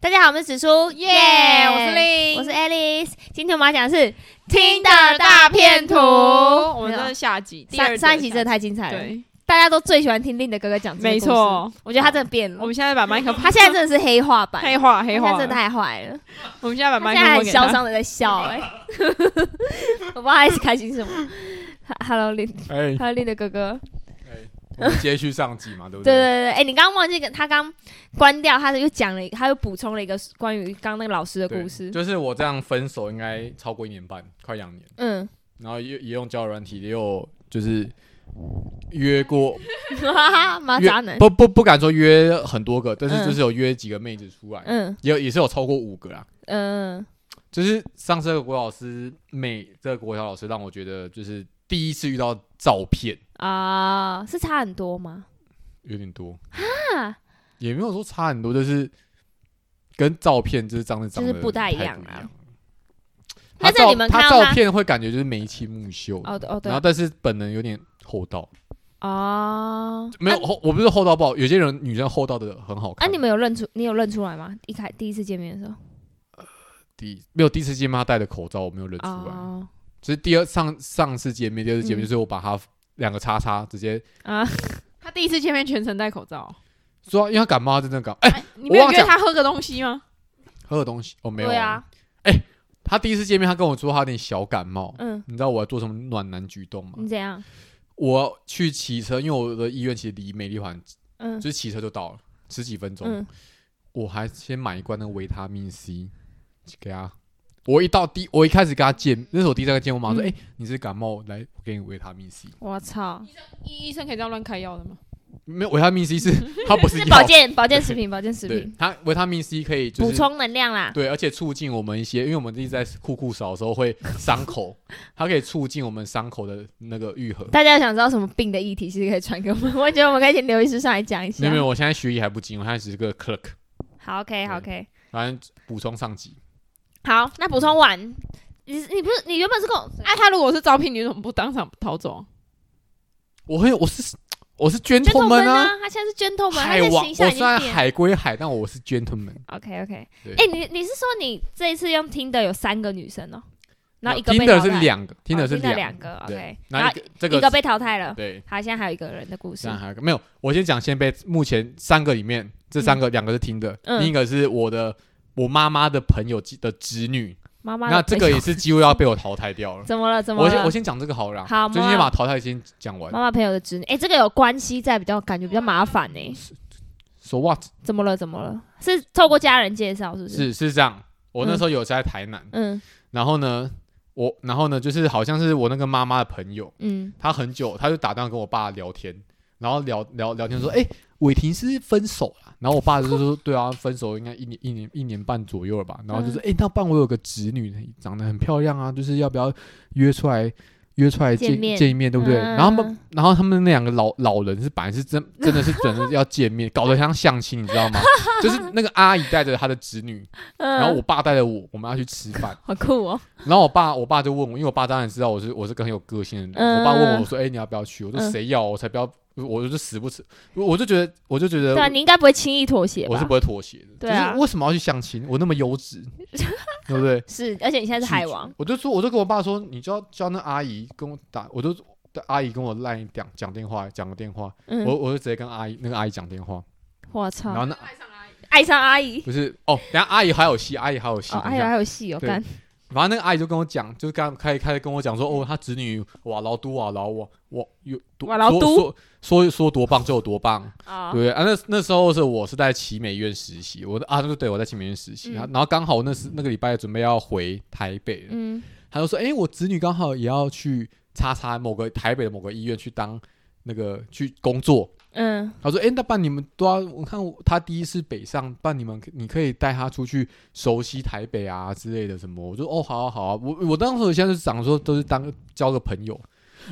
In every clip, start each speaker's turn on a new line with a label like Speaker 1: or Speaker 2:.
Speaker 1: 大家好，我们是紫苏，耶、
Speaker 2: 我是令，
Speaker 1: 我是 Alice。今天我们要讲的是
Speaker 2: 听的大片图，我们
Speaker 1: 没
Speaker 2: 这
Speaker 1: 有
Speaker 2: 是下集，第
Speaker 1: 上
Speaker 2: 二
Speaker 1: 上一集真的
Speaker 2: 的
Speaker 1: 太精彩了，
Speaker 2: 对，
Speaker 1: 大家都最喜欢听令的哥哥讲这个
Speaker 2: 没
Speaker 1: 故事
Speaker 2: 错，
Speaker 1: 我觉得他真的变
Speaker 2: 我
Speaker 1: 了，
Speaker 2: 们现在把麦克风，
Speaker 1: 他现在真的是黑化版，
Speaker 2: 黑化黑
Speaker 1: 他
Speaker 2: 化
Speaker 1: 现在真的
Speaker 2: 了，
Speaker 1: 太坏了，
Speaker 2: 我们现在把
Speaker 1: 他
Speaker 2: 麦
Speaker 1: 现在很
Speaker 2: 克风给
Speaker 1: 嚣
Speaker 2: 他。
Speaker 1: 张的在笑、欸， 哎，我不知道他是开心什么。Hello 令
Speaker 3: 哎、
Speaker 1: ，Hello 令的哥哥，
Speaker 3: 我们接续上集嘛，对不
Speaker 1: 哎对对
Speaker 3: 对？
Speaker 1: 对，哎、你刚刚忘记跟他刚关掉，他又讲了，他又补充了一个关于刚刚那个老师的故事，
Speaker 3: 就是我这样分手应该超过一年半，快两年，
Speaker 1: 嗯，
Speaker 3: 然后也也用交友软体，也有就是约过，
Speaker 1: 哈 哈，妈
Speaker 3: 约
Speaker 1: 渣男，
Speaker 3: 不不不敢说约很多个，但
Speaker 1: 嗯
Speaker 3: 是就是有约几个妹子出来，
Speaker 1: 嗯
Speaker 3: 也有也是有超过五个啦。
Speaker 1: 嗯
Speaker 3: 就是上次这个国小老师，美这个国小老师让我觉得就是第一次遇到照片
Speaker 1: 啊、是差很多吗？
Speaker 3: 有点多，
Speaker 1: 啊，
Speaker 3: 也没有说差很多，就是跟照片就是长得长
Speaker 1: 就是
Speaker 3: 得
Speaker 1: 不太一
Speaker 3: 太
Speaker 1: 样
Speaker 3: 不一
Speaker 1: 啊
Speaker 3: 样。
Speaker 1: 那
Speaker 3: 他
Speaker 1: 在
Speaker 3: 照
Speaker 1: 你们
Speaker 3: 他
Speaker 1: 看到
Speaker 3: 照
Speaker 1: 他
Speaker 3: 片会感觉就是眉清目秀，
Speaker 1: 哦对哦对
Speaker 3: 然后但是本人有点厚道，
Speaker 1: 哦，
Speaker 3: 没有厚，我不是厚道不好，有些人女生厚道的很好
Speaker 1: 啊，
Speaker 3: 看。
Speaker 1: 你们有认出你有认出来吗？一开第一次见面的时候，
Speaker 3: 第一没有第一次见面，她戴的口罩我没有认出来，
Speaker 1: 哦
Speaker 3: 只是第二上上次见面，第二次见面
Speaker 1: 嗯
Speaker 3: 就是我把她两个叉叉直接
Speaker 1: 啊，
Speaker 2: 他第一次见面全程戴口罩，
Speaker 3: 说，啊因为她感冒，她真的感哎
Speaker 2: 哎你没有
Speaker 3: 忘
Speaker 2: 约
Speaker 3: 讲
Speaker 2: 他喝个东西吗？
Speaker 3: 喝的东西哦没有
Speaker 1: 对啊，，
Speaker 3: 她第一次见面，她跟我说她有点小感冒，
Speaker 1: 嗯，
Speaker 3: 你知道我要做什么暖男举动吗
Speaker 1: 你？怎样？
Speaker 3: 我去骑车，因为我的医院其实离美丽环
Speaker 1: 嗯
Speaker 3: 就是骑车就到了，十几分钟。
Speaker 1: 嗯，
Speaker 3: 我还先买一罐那个维他命 C 给他。我一到第，我一开始跟他见，那是我第一次跟他见，我马上说：“
Speaker 1: 嗯
Speaker 3: 哎、你是感冒，来，我给你维他命 C。
Speaker 1: 我操，
Speaker 2: 医医生可以这样乱开药的吗？”
Speaker 3: 没有维他 命 C 是它不是
Speaker 1: 是
Speaker 3: 药
Speaker 1: 保，健保健 食品，保健食
Speaker 3: 对
Speaker 1: 品，
Speaker 3: 它维他命 C 可以就是
Speaker 1: 补充能量啦。
Speaker 3: 对，而且促进我们一些，因为我们一直在酷酷扫的时候会 伤口，它可以促进我们伤口的那个愈合。
Speaker 1: 大家想知道什么病的议题，其实可以传给我们。我觉得我们可以请刘医师上来讲一
Speaker 3: 没
Speaker 1: 下
Speaker 3: 有没。有，我现在学艺还不精，我现在只是个 clerk。
Speaker 1: 好，OK，好，OK，
Speaker 3: 反正补充上集，
Speaker 1: 好，那补充完，你你不是你原本是跟我
Speaker 2: 哎，他如果是招聘，你怎么不当场逃走？
Speaker 3: 我很有我是我是 gentleman
Speaker 1: gentleman
Speaker 3: 啊，
Speaker 1: 啊，他现在是 gentleman，他
Speaker 3: 海
Speaker 1: 现在
Speaker 3: 王，
Speaker 1: 形象
Speaker 3: 我
Speaker 1: 已
Speaker 3: 虽
Speaker 1: 经
Speaker 3: 然
Speaker 1: 变。
Speaker 3: 海归海，但我是 gentleman。
Speaker 1: OK OK，
Speaker 3: 对
Speaker 1: 哎、你你是说你这一次用听的有三个女生哦、然后一个被
Speaker 3: 听
Speaker 1: 淘
Speaker 3: 的
Speaker 1: 汰
Speaker 3: 是两个，听的是
Speaker 1: 哦
Speaker 3: 两
Speaker 1: 两个
Speaker 3: 对
Speaker 1: ，OK，，
Speaker 3: 那
Speaker 1: 然
Speaker 3: 一
Speaker 1: 后
Speaker 3: 个这
Speaker 1: 一
Speaker 3: 个
Speaker 1: 个被淘汰了，
Speaker 3: 对，
Speaker 1: 好，现在还有一个人的故
Speaker 3: 这
Speaker 1: 事
Speaker 3: 样，还有一个没有，我先讲先被目前三个里面这三个两个是听的，
Speaker 1: 嗯
Speaker 3: 另一个是我的我妈妈的朋友的侄女，
Speaker 1: 妈妈的
Speaker 3: 那这个
Speaker 1: 朋友。
Speaker 3: 也是几乎要被我淘汰掉了
Speaker 1: 怎么了？ 怎么
Speaker 3: 我先
Speaker 1: 了
Speaker 3: 我？先讲这个好了啦，
Speaker 1: 好
Speaker 3: 就
Speaker 1: 妈妈
Speaker 3: 先把淘汰先讲完
Speaker 1: 妈。妈朋友的侄女，哎、这个有关系在，比较感觉比较麻烦呢、
Speaker 3: So what？
Speaker 1: 怎么了？怎么了？是透过家人介绍，是不是？
Speaker 3: 是是这样，我那
Speaker 1: 嗯
Speaker 3: 时候有在台南，
Speaker 1: 嗯
Speaker 3: 然后呢，我然后呢就是好像是我那个妈妈的朋友。
Speaker 1: 嗯，
Speaker 3: 他很久，他就打电话跟我爸聊天，然后聊聊聊天说，哎、伟霆是分手了。然后我爸就说，对啊，分手应该一年一年一年半左右了吧。然后就说，哎、那半我有个侄女，长得很漂亮啊，就是要不要约出来约出来见
Speaker 1: 见面
Speaker 3: 见一面，对不对？
Speaker 1: 嗯
Speaker 3: 然后他们然后他们那两个老老人是本来 是真真的是准的要见面，搞得像相亲，你知道吗？就是那个阿姨带着她的侄女，
Speaker 1: 嗯
Speaker 3: 然后我爸带着我，我们要去吃饭。
Speaker 1: 好酷哦、
Speaker 3: 然后我爸，我爸就问我，因为我爸当然知道我是我是个很有个性的人。
Speaker 1: 嗯
Speaker 3: 我爸问我说：“哎、你要不要去？”我说
Speaker 1: 嗯：“
Speaker 3: 谁要？我才不要！我就死不吃。”我就觉得，我就觉得
Speaker 1: 对啊，你应该不会轻易妥协吧？
Speaker 3: 呃我是不会妥协的。
Speaker 1: 对啊
Speaker 3: 就是为什么要去相亲？我那么 优质，对不对？
Speaker 1: 是而且你现在是海王，
Speaker 3: 我就说，我就跟我爸说，你就要叫那阿姨跟我打，我就阿姨跟我赖讲讲电话，讲个电话，
Speaker 1: 嗯，
Speaker 3: 我我就直接跟阿姨那个阿姨讲电话，
Speaker 1: 我
Speaker 3: 然
Speaker 1: 操
Speaker 3: 后，那
Speaker 1: 爱上阿姨，
Speaker 3: 不是哦，等一下阿姨还有戏，阿姨还有戏，
Speaker 1: 哦，
Speaker 3: 等
Speaker 1: 还
Speaker 3: 一
Speaker 1: 有
Speaker 3: 下
Speaker 1: 还有戏哦，
Speaker 3: 对
Speaker 1: 干，
Speaker 3: 反正那个阿姨就跟我讲，就刚开开始跟我讲说，哦，她侄女哇劳都哇劳我我有多
Speaker 2: 哇劳
Speaker 3: 说
Speaker 2: 都
Speaker 3: 说说说多棒就有多棒，
Speaker 1: 啊
Speaker 3: 对啊，那那时候是我是在奇美医院实习，我的啊对对，我在奇美医院实习，
Speaker 1: 嗯
Speaker 3: 然后然后刚好那是那个礼拜准备要回台北，
Speaker 1: 嗯
Speaker 3: 他就说，哎，我侄女刚好也要去叉叉某个台北的某个医院去当那个去工作，
Speaker 1: 嗯，
Speaker 3: 他说：“哎、那爸，你们都要，我看我他第一次北上，爸，你们可你可以带他出去熟悉台北啊之类的什么。”我说：“哦，好啊，好啊。我”我当时现在就想说，都是当交个朋友。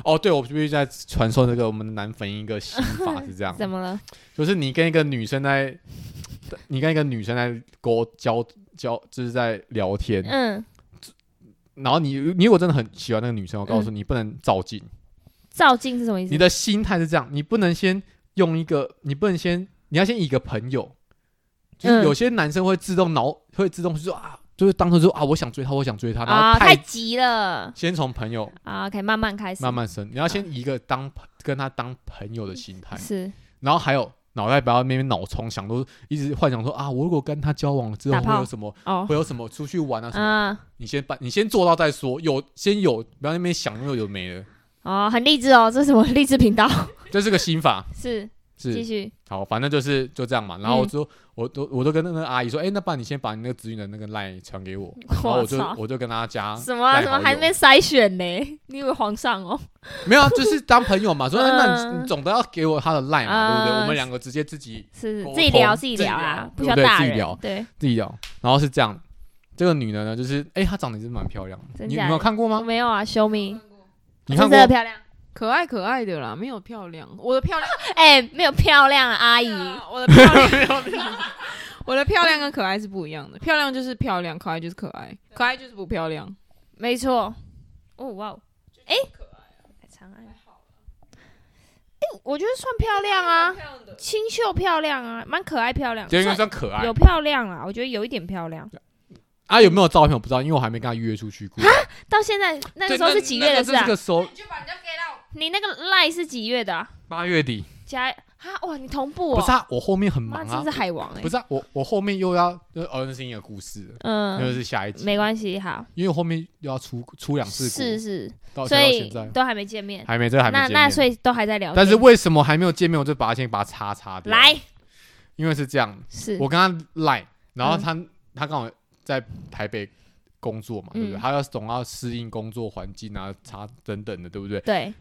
Speaker 3: 哦，对，我必须在传授那个我们男粉一个心法是这样，
Speaker 1: 怎么了？
Speaker 3: 就是你跟一个女生在，你跟一个女生在沟交交，就是在聊天，
Speaker 1: 嗯，
Speaker 3: 然后你你如果真的很喜欢那个女生，我告
Speaker 1: 嗯
Speaker 3: 诉你，你不能照镜，
Speaker 1: 照镜是什么意思
Speaker 3: 你？的心态是这样，你不能先用一个，你不能先，你要先以一个朋友，就是
Speaker 1: 嗯
Speaker 3: 有些男生会自动脑会自动说啊，就是当成说啊，我想追她，我想追她，然
Speaker 1: 啊，
Speaker 3: 后
Speaker 1: 太
Speaker 3: 太
Speaker 1: 急了
Speaker 3: 先从朋友
Speaker 1: 啊，OK，慢慢开始，
Speaker 3: 慢慢升，你要先以一个当朋跟他当朋友的心态，
Speaker 1: 是
Speaker 3: 然后还有脑袋不要那边脑冲，想都一直幻想说啊，我如果跟他交往了之后
Speaker 1: 打炮
Speaker 3: 会有什么，
Speaker 2: 哦，
Speaker 3: 会有什么出去玩啊什么，
Speaker 1: 啊，
Speaker 3: 你先把你先做到再说，有先有不要那边想那个有没的，
Speaker 1: 哦，很励志哦，这是我励志 频道，
Speaker 3: 这是个心法，
Speaker 1: 是继
Speaker 3: 是
Speaker 1: 续
Speaker 3: 好，反正就是就这样嘛。然后
Speaker 1: 嗯
Speaker 3: 我就、我都我都跟那个阿姨说，哎、那不然你先把你那个子女的那个赖传 给我，然后我就
Speaker 1: 操
Speaker 3: 我就跟他加
Speaker 1: 什么啊
Speaker 3: 赖
Speaker 1: 什
Speaker 3: 好
Speaker 1: 么
Speaker 3: 友
Speaker 1: 还没筛选呢？ 你以为皇上哦？
Speaker 3: 没有啊，就是当朋友嘛，说、哎那你
Speaker 1: 嗯
Speaker 3: 你总得要给我他的赖嘛，对不
Speaker 1: 嗯
Speaker 3: 对？我们两个直接自己
Speaker 1: 是
Speaker 3: 沟
Speaker 1: 自己聊
Speaker 3: 通
Speaker 1: 自己
Speaker 3: 自己
Speaker 1: 聊
Speaker 3: 聊
Speaker 1: 啦，不
Speaker 3: 对
Speaker 1: 需要
Speaker 3: 不对
Speaker 1: 大
Speaker 3: 哦自己
Speaker 1: 人
Speaker 3: 聊，
Speaker 1: 对，
Speaker 3: 自己聊，然后是这样，这个女的呢，就是哎、她长得也是蛮漂亮的，
Speaker 1: 真
Speaker 3: 你你
Speaker 1: 假的
Speaker 3: 有看过
Speaker 1: 我
Speaker 3: 吗？
Speaker 1: 没有啊，show me，
Speaker 3: 你看
Speaker 1: 真
Speaker 3: 过
Speaker 1: 的？漂亮，
Speaker 2: 可爱可爱的啦，没有漂亮，我的漂 亮，哎
Speaker 1: 哎，没有漂亮啊阿姨，
Speaker 2: 我的漂亮， 我的漂亮跟可爱是不一样的，漂亮就是漂亮，可爱就是可爱，可爱就是不漂亮。
Speaker 1: 没错，哦哇哦，哎，长安，哎，我觉得算漂亮啊，清秀漂亮啊，蛮可爱漂亮，
Speaker 3: 觉得应该
Speaker 1: 算
Speaker 3: 算可爱
Speaker 1: 有漂亮啊，我觉得有一点漂亮。
Speaker 3: 啊？有没有照片我不知道，因为我还没跟她约出去过。
Speaker 1: 到现在那个
Speaker 3: 对
Speaker 1: 时候是几月
Speaker 3: 那
Speaker 1: 的
Speaker 3: 那
Speaker 1: 事
Speaker 3: 那
Speaker 1: 啊
Speaker 3: 这？个时候
Speaker 1: 你那个赖是几月的啊？
Speaker 3: 八月底，
Speaker 1: 加啊哇，你同步
Speaker 3: 不
Speaker 1: 哦，
Speaker 3: 是啊，我后面很
Speaker 1: 妈
Speaker 3: 忙
Speaker 1: 真
Speaker 3: 啊
Speaker 1: 是，海王哎
Speaker 3: 不，是啊，我我后面又要呃，哦，那是一个故事了，那就
Speaker 1: 嗯，
Speaker 3: 是下一集，
Speaker 1: 没关系，好，
Speaker 3: 因为我后面又要出出两次
Speaker 1: 是
Speaker 3: 国，
Speaker 1: 是，
Speaker 3: 到
Speaker 1: 所
Speaker 3: 现在到
Speaker 1: 以
Speaker 3: 现在
Speaker 1: 都还没见面。
Speaker 3: 还没，这个还没
Speaker 1: 那那
Speaker 3: 见
Speaker 1: 所
Speaker 3: 面。
Speaker 1: 以都还在聊天，
Speaker 3: 但是为什么还没有见面，我就把它先把它叉叉掉？
Speaker 1: 来，
Speaker 3: 因为是这样，
Speaker 1: 是
Speaker 3: 我跟他赖，然后
Speaker 1: 嗯
Speaker 3: 他、他刚好在台北工作嘛，对不对？
Speaker 1: 嗯
Speaker 3: 他要总要适应工作环境啊，差等等的，对不对？
Speaker 1: 对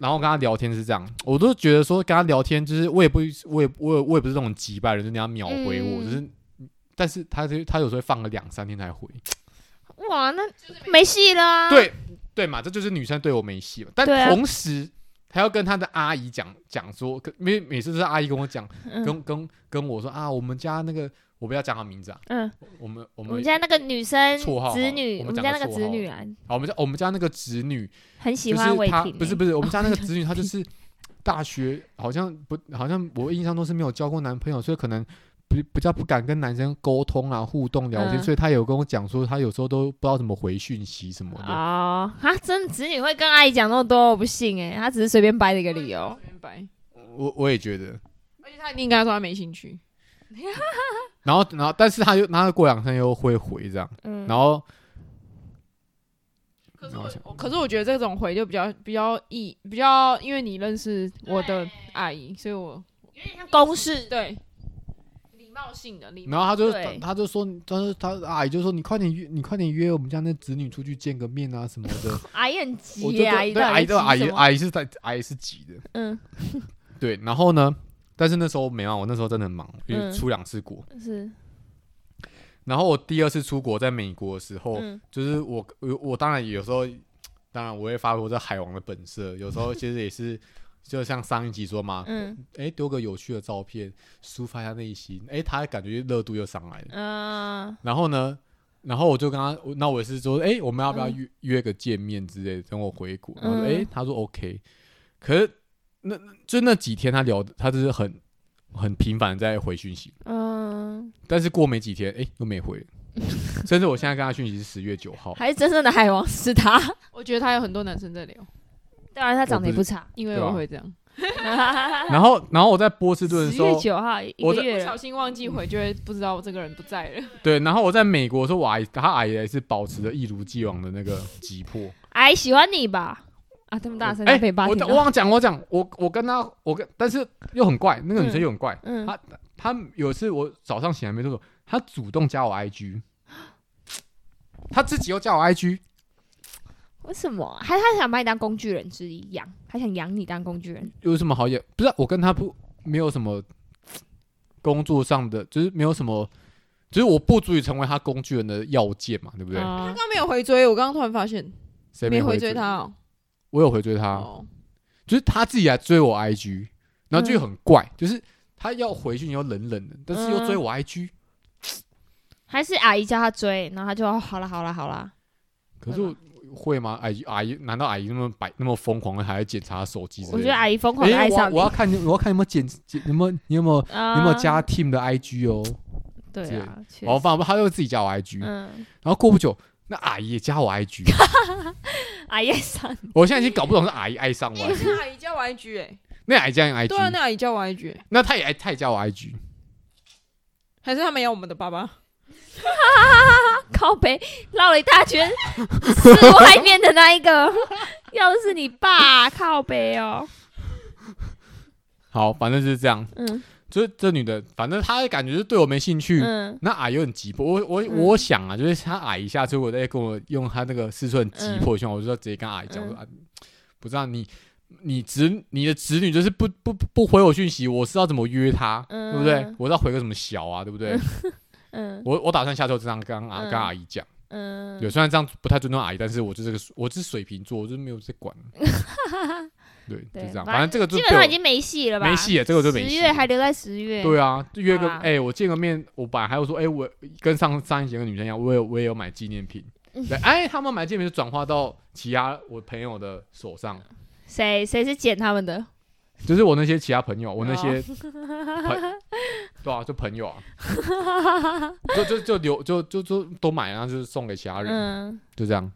Speaker 3: 然后跟他聊天是这样，我都觉得说跟他聊天，就是我也不，我也我也我也不是那种急败人，就是你要秒回我，
Speaker 1: 嗯
Speaker 3: 就是，但是他就他有时候会放个两三天才回，
Speaker 1: 哇，那没戏啊啦。
Speaker 3: 对对嘛，这就是女生对我没戏嘛。但
Speaker 1: 对啊
Speaker 3: 同时还要跟他的阿姨讲讲说，跟每每次都是阿姨跟我讲，
Speaker 1: 嗯，
Speaker 3: 跟跟跟我说啊，我们家那个我不要讲他名字啊，
Speaker 1: 嗯，
Speaker 3: 我们
Speaker 1: 我
Speaker 3: 我们
Speaker 1: 们家那个女生
Speaker 3: 绰号好了
Speaker 1: 子女，
Speaker 3: 我
Speaker 1: 我
Speaker 3: 们
Speaker 1: 们
Speaker 3: 讲
Speaker 1: 家
Speaker 3: 个
Speaker 1: 那个
Speaker 3: 绰
Speaker 1: 子
Speaker 3: 号
Speaker 1: 女啊，
Speaker 3: 好，我们家我们家那个侄女
Speaker 1: 很喜
Speaker 3: 就
Speaker 1: 欢
Speaker 3: 是
Speaker 1: 伟
Speaker 3: 她
Speaker 1: 霆欸，
Speaker 3: 不是不是，我们家那个侄女她就是大学好像不好像我印象中是没有交过男朋友，所以可能不比较不敢跟男生沟通啊、互动聊天，
Speaker 1: 嗯
Speaker 3: 所以她有跟我讲说，她有时候都不知道怎么回讯息什么的。
Speaker 1: 哦，啊，真的子女会跟阿姨讲那么多，我不信哎、她只是随便掰的一个理由。
Speaker 2: 明白。
Speaker 3: 我我也觉得，
Speaker 2: 而且他一定跟他说他没兴趣，
Speaker 3: 然后然后但是她又然后过两天又会回这样，
Speaker 1: 嗯，
Speaker 3: 然后
Speaker 2: 可
Speaker 3: 是我我
Speaker 2: 可是我觉得这种回就比较比较易，比较因为你认识我的阿姨，所以我
Speaker 1: 公式
Speaker 2: 对礼貌性的礼貌。
Speaker 3: 然后她就
Speaker 1: 对
Speaker 3: 她就说，她说她阿姨就说你快点约你快点约我们家那侄女出去见个面啊什么的。
Speaker 1: 阿姨很急啊
Speaker 3: 我就
Speaker 1: 耶、
Speaker 3: 对
Speaker 1: 阿姨
Speaker 3: 对
Speaker 1: 到
Speaker 3: 阿
Speaker 1: 底
Speaker 3: 姨
Speaker 1: 急
Speaker 3: 对阿姨
Speaker 1: 什么
Speaker 3: 阿姨是在阿姨是急的，
Speaker 1: 嗯
Speaker 3: 对，然后呢，但是那时候没办法，我那时候真的很忙，因为
Speaker 1: 嗯
Speaker 3: 出两次国。
Speaker 1: 是
Speaker 3: 然后我第二次出国在美国的时候，
Speaker 1: 嗯
Speaker 3: 就是我我我当然有时候，当然我会发挥我这海王的本色，有时候 其实也是。就像上一集说嘛，
Speaker 1: 嗯
Speaker 3: 哎、丢个有趣的照片，抒发一下内心，哎、他感觉热度又上来了。
Speaker 1: 嗯、
Speaker 3: 然后呢，然后我就跟他，我那我也是说，哎、我们要不要
Speaker 1: 嗯
Speaker 3: 约、约个见面之类的，等我回国。然后说，哎、
Speaker 1: 嗯
Speaker 3: 他说 OK，可是那那就那几天他聊，他就是很很频繁地在回讯息，
Speaker 1: 嗯，
Speaker 3: 但是过没几天，哎、又没回。甚至我现在跟他讯息是十月九号，
Speaker 1: 还是真正的海王是她。
Speaker 2: 我觉得他有很多男生在聊，
Speaker 1: 当然她长得也不差。
Speaker 2: 因为
Speaker 3: 对啊
Speaker 2: 我会这样，
Speaker 3: 然后然后我在波士顿的
Speaker 1: 十
Speaker 3: 时
Speaker 1: 月
Speaker 3: 候，
Speaker 1: 九号一
Speaker 3: 我
Speaker 1: 个
Speaker 3: 在
Speaker 1: 月
Speaker 2: 小
Speaker 1: 了，
Speaker 2: 心忘记回就会不知道我这个人不在了。
Speaker 3: 对，然后我在美国的时候，我阿姨他阿姨也是保持着一如既往的那个急迫，
Speaker 1: 阿姨喜欢你吧？啊，这么大声，
Speaker 3: 哎、
Speaker 1: 她被爸
Speaker 3: 我
Speaker 1: 听
Speaker 3: 我
Speaker 1: 到。
Speaker 3: 忘了讲，我讲我我跟他我跟，但是又很怪，那个女生又很怪，
Speaker 1: 嗯，
Speaker 3: 他他有一次我早上醒来没多久，他主动加我 IG，他自己又加我 IG，
Speaker 1: 为什么？还她想把你当工具人之一养，还想养你当工具人？
Speaker 3: 有什么好也不是啊、我跟他不没有什么工作上的，就是没有什么，就是我不足以成为他工具人的要件嘛，对不对？
Speaker 2: 他
Speaker 1: 啊，
Speaker 2: 刚没有回追，我刚刚突然发现
Speaker 3: 谁、
Speaker 2: 没
Speaker 3: 回啊
Speaker 2: 追，他哦。
Speaker 3: 我有回追他，
Speaker 2: 哦，
Speaker 3: 就是他自己来追我 IG，然后就很怪，就是他要回去你又冷冷的，但是又追我 IG，、
Speaker 1: 还是阿姨叫她追，然后她就哦好了好了好了。
Speaker 3: 可是我。会吗？阿姨，阿姨，难道阿姨那么白那么疯狂，还要检查手机之类的？
Speaker 1: 我觉得阿姨疯狂
Speaker 3: 哎，
Speaker 1: 的爱上
Speaker 3: 我
Speaker 1: 你。
Speaker 3: 我要看你，我要看有没有剪剪，有没有你有没有、
Speaker 1: 啊
Speaker 3: 你有没有加 Team 的 IG 哦？
Speaker 1: 对
Speaker 3: 对
Speaker 1: 啊，确
Speaker 3: 然后
Speaker 1: 实
Speaker 3: 放他又自己加我 IG，、
Speaker 1: 嗯，
Speaker 3: 然后过不久那阿姨也加 我 IG，
Speaker 1: 哎呀，上
Speaker 3: 我现在已经搞不懂是阿姨爱上 我还是，
Speaker 2: 那阿姨叫我 IG 哎，
Speaker 3: 那阿姨加你
Speaker 2: 对啊，
Speaker 3: IG，
Speaker 2: 那阿姨叫我 IG，欸
Speaker 3: 那她也爱她也加我 IG，
Speaker 2: 还是他们要我们的爸爸？
Speaker 1: 靠北绕了一大 圈，是外面的那一个，要是你爸靠北哦，
Speaker 3: 好，反正就是这样，
Speaker 1: 嗯
Speaker 3: 就是这女的，反正她感觉是对我没兴趣。
Speaker 1: 嗯
Speaker 3: 那阿姨又很急迫，我我、
Speaker 1: 嗯
Speaker 3: 我想啊，就是她阿姨下次我再跟我用她那个四寸急
Speaker 1: 嗯
Speaker 3: 迫的胸，我就要直接跟阿姨讲，我说啊，不知道你你侄你的侄女就是不不不不回我讯息，我知道怎么约她，
Speaker 1: 嗯
Speaker 3: 对不对？我知道回个什么小啊，对不对？
Speaker 1: 嗯
Speaker 3: 我我打算下周这样跟阿、跟阿姨讲，
Speaker 1: 嗯，
Speaker 3: 对，虽然这样不太尊重阿姨，但是我就是个我是水瓶座，我就是没有在 管，对，
Speaker 1: 对
Speaker 3: 就这
Speaker 1: 反
Speaker 3: 样，反正这个就
Speaker 1: 基本
Speaker 3: 被
Speaker 1: 上
Speaker 3: 我
Speaker 1: 已经没戏了吧？
Speaker 3: 没戏了，这个就没
Speaker 1: 十
Speaker 3: 戏
Speaker 1: 月
Speaker 3: 了。
Speaker 1: 还留在十月，
Speaker 3: 对啊，就约个
Speaker 1: 好啦
Speaker 3: 哎、我见个面，我本来还有说哎、我跟上上一节个女生一样，我有我也有买纪 念品，对，哎、他们买纪念品就转化到其他我朋友的手上，
Speaker 1: 谁谁是捡他们的？
Speaker 3: 就是我那些其他朋友，我那
Speaker 1: 哦
Speaker 3: 些 朋，对啊，就朋友啊，就就就留就就就都买，然后就是送给其他人，
Speaker 1: 嗯，
Speaker 3: 就这样，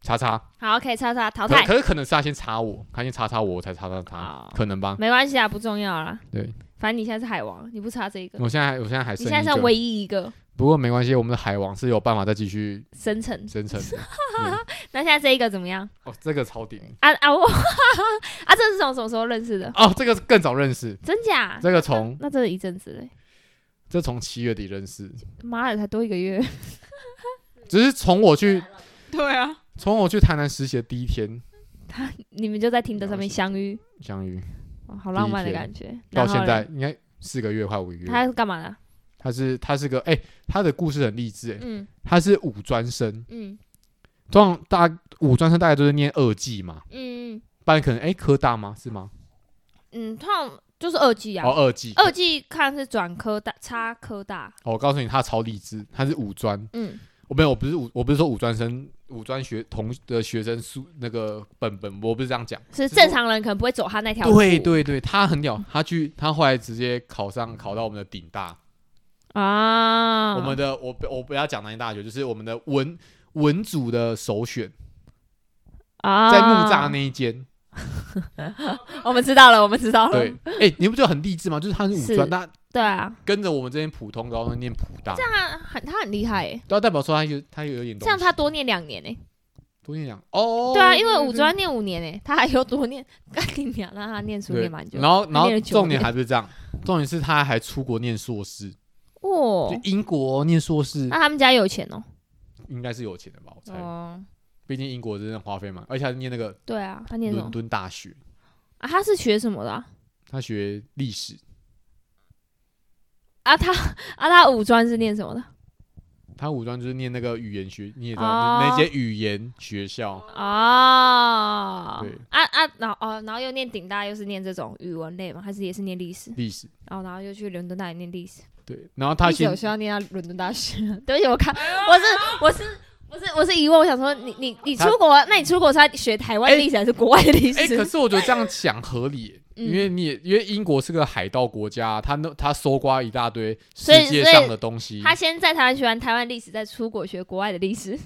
Speaker 3: 叉叉。
Speaker 1: 好，OK，叉叉淘
Speaker 3: 可
Speaker 1: 汰，
Speaker 3: 可是可能是他先插我，他先插插我，我才插到他
Speaker 1: 好，
Speaker 3: 可能吧。
Speaker 1: 没关系啊，不重要啦。
Speaker 3: 对，
Speaker 1: 反正你现在是海王，你不差这一个，
Speaker 3: 我现在还我现在还
Speaker 1: 你
Speaker 3: 剩
Speaker 1: 现在
Speaker 3: 一
Speaker 1: 是
Speaker 3: 个，
Speaker 1: 唯一一个
Speaker 3: 不过没关系，我们的海王是有办法再继续
Speaker 1: 生成。
Speaker 3: 生成 的。
Speaker 1: 那现在这一个怎么样？
Speaker 3: 哦，这个超顶
Speaker 1: 啊啊我 啊，这是从什么时候认识的？
Speaker 3: 哦，这个更早认识，
Speaker 1: 真假？
Speaker 3: 这个从
Speaker 1: 那这一阵子嘞，
Speaker 3: 这从七月底认识，
Speaker 1: 妈的，才多一个月。
Speaker 3: 只是从我去
Speaker 2: 对啊，
Speaker 3: 从我去台南实习的第一天
Speaker 1: 你们就在听的上面相遇，
Speaker 3: 相遇，
Speaker 1: 哇好浪漫的感觉。
Speaker 3: 到
Speaker 1: 然后
Speaker 3: 现在
Speaker 1: 嘞，
Speaker 3: 应该四个月快五个月。
Speaker 1: 他是干嘛的？
Speaker 3: 他是他是个哎、他的故事很励志哎、
Speaker 1: 嗯
Speaker 3: 他是五专生，
Speaker 1: 嗯
Speaker 3: 通常大五专生大概都是念二技嘛，
Speaker 1: 嗯
Speaker 3: 不然可能哎、科大吗？是吗？
Speaker 1: 嗯，通常就是二技啊
Speaker 3: 哦，。二技
Speaker 1: 二技看是转科大，差科大。
Speaker 3: 哦，我告诉你，他超励志，他是五专，
Speaker 1: 嗯
Speaker 3: 我没有，我不是五，我不是说五专生，五专学同的学生数那个本本，我不是这样讲。
Speaker 1: 是
Speaker 3: 是
Speaker 1: 正常人可能不会走他那条路。
Speaker 3: 对对对，他很
Speaker 1: 嗯
Speaker 3: 屌，他去，他后来直接考上，考到我们的顶大，
Speaker 1: 啊，
Speaker 3: 我们的我不我不要讲南京大学，就是我们的文文组的首选，
Speaker 1: 啊
Speaker 3: 在木栅那一间。
Speaker 1: 我们知道了，我们知道了。
Speaker 3: 对，哎、你不觉得很励志吗？就是他是五
Speaker 1: 哦是
Speaker 3: 专，那
Speaker 1: 对啊，
Speaker 3: 跟着我们这边普通高中念普大，
Speaker 1: 他很他很厉害耶，
Speaker 3: 都要代表说他有他有一点
Speaker 1: 这
Speaker 3: 东
Speaker 1: 样
Speaker 3: 西。
Speaker 1: 他多念两年呢。
Speaker 3: 多念讲哦，
Speaker 1: 对啊，因为五
Speaker 3: 对
Speaker 1: 专念五年呢，他还有多念，干你娘，让他念书
Speaker 3: 对
Speaker 1: 念蛮，久。
Speaker 3: 然后然
Speaker 1: 念
Speaker 3: 后
Speaker 1: 了九
Speaker 3: 重点
Speaker 1: 年
Speaker 3: 还不是这样，重点是他还出国念硕士，
Speaker 1: 哇哦
Speaker 3: 就，英国念硕士
Speaker 1: 那他们家有钱哦。
Speaker 3: 应该是有钱的吧？我猜，
Speaker 1: 哦，
Speaker 3: 毕竟英国真的花费嘛，而且他是念那个
Speaker 1: 对啊，他念什
Speaker 3: 伦
Speaker 1: 么
Speaker 3: 敦大学，
Speaker 1: 啊？他是学什么的啊？
Speaker 3: 他学历史，
Speaker 1: 啊他啊他五专是念什么的？
Speaker 3: 他武装就是念那个语言学，你也知道
Speaker 1: 哦
Speaker 3: 那些语言学校，
Speaker 1: 哦
Speaker 3: 对，
Speaker 1: 啊啊，然后哦，然后又念顶大，又是念这种语文类嘛，还是也是念历史？
Speaker 3: 历史
Speaker 1: 哦，然后又去伦敦大学念历史。
Speaker 3: 对，然后他
Speaker 1: 一直有
Speaker 3: 先
Speaker 1: 需要念到伦敦大 学。对不起，我看我是我是我是我是疑问，我想说你你你
Speaker 3: 他
Speaker 1: 出国，那你出国是要学台湾
Speaker 3: 哎
Speaker 1: 历史还是国外的历
Speaker 3: 哎，
Speaker 1: 史？
Speaker 3: 可是我觉得这样想合理耶。
Speaker 1: 嗯
Speaker 3: 因为你也因为英国是个海盗国家，他那他搜刮一大堆世
Speaker 1: 所以
Speaker 3: 界
Speaker 1: 所以
Speaker 3: 上的东 西，
Speaker 1: 他先在台湾学完台湾历史，再出国学国外的历史。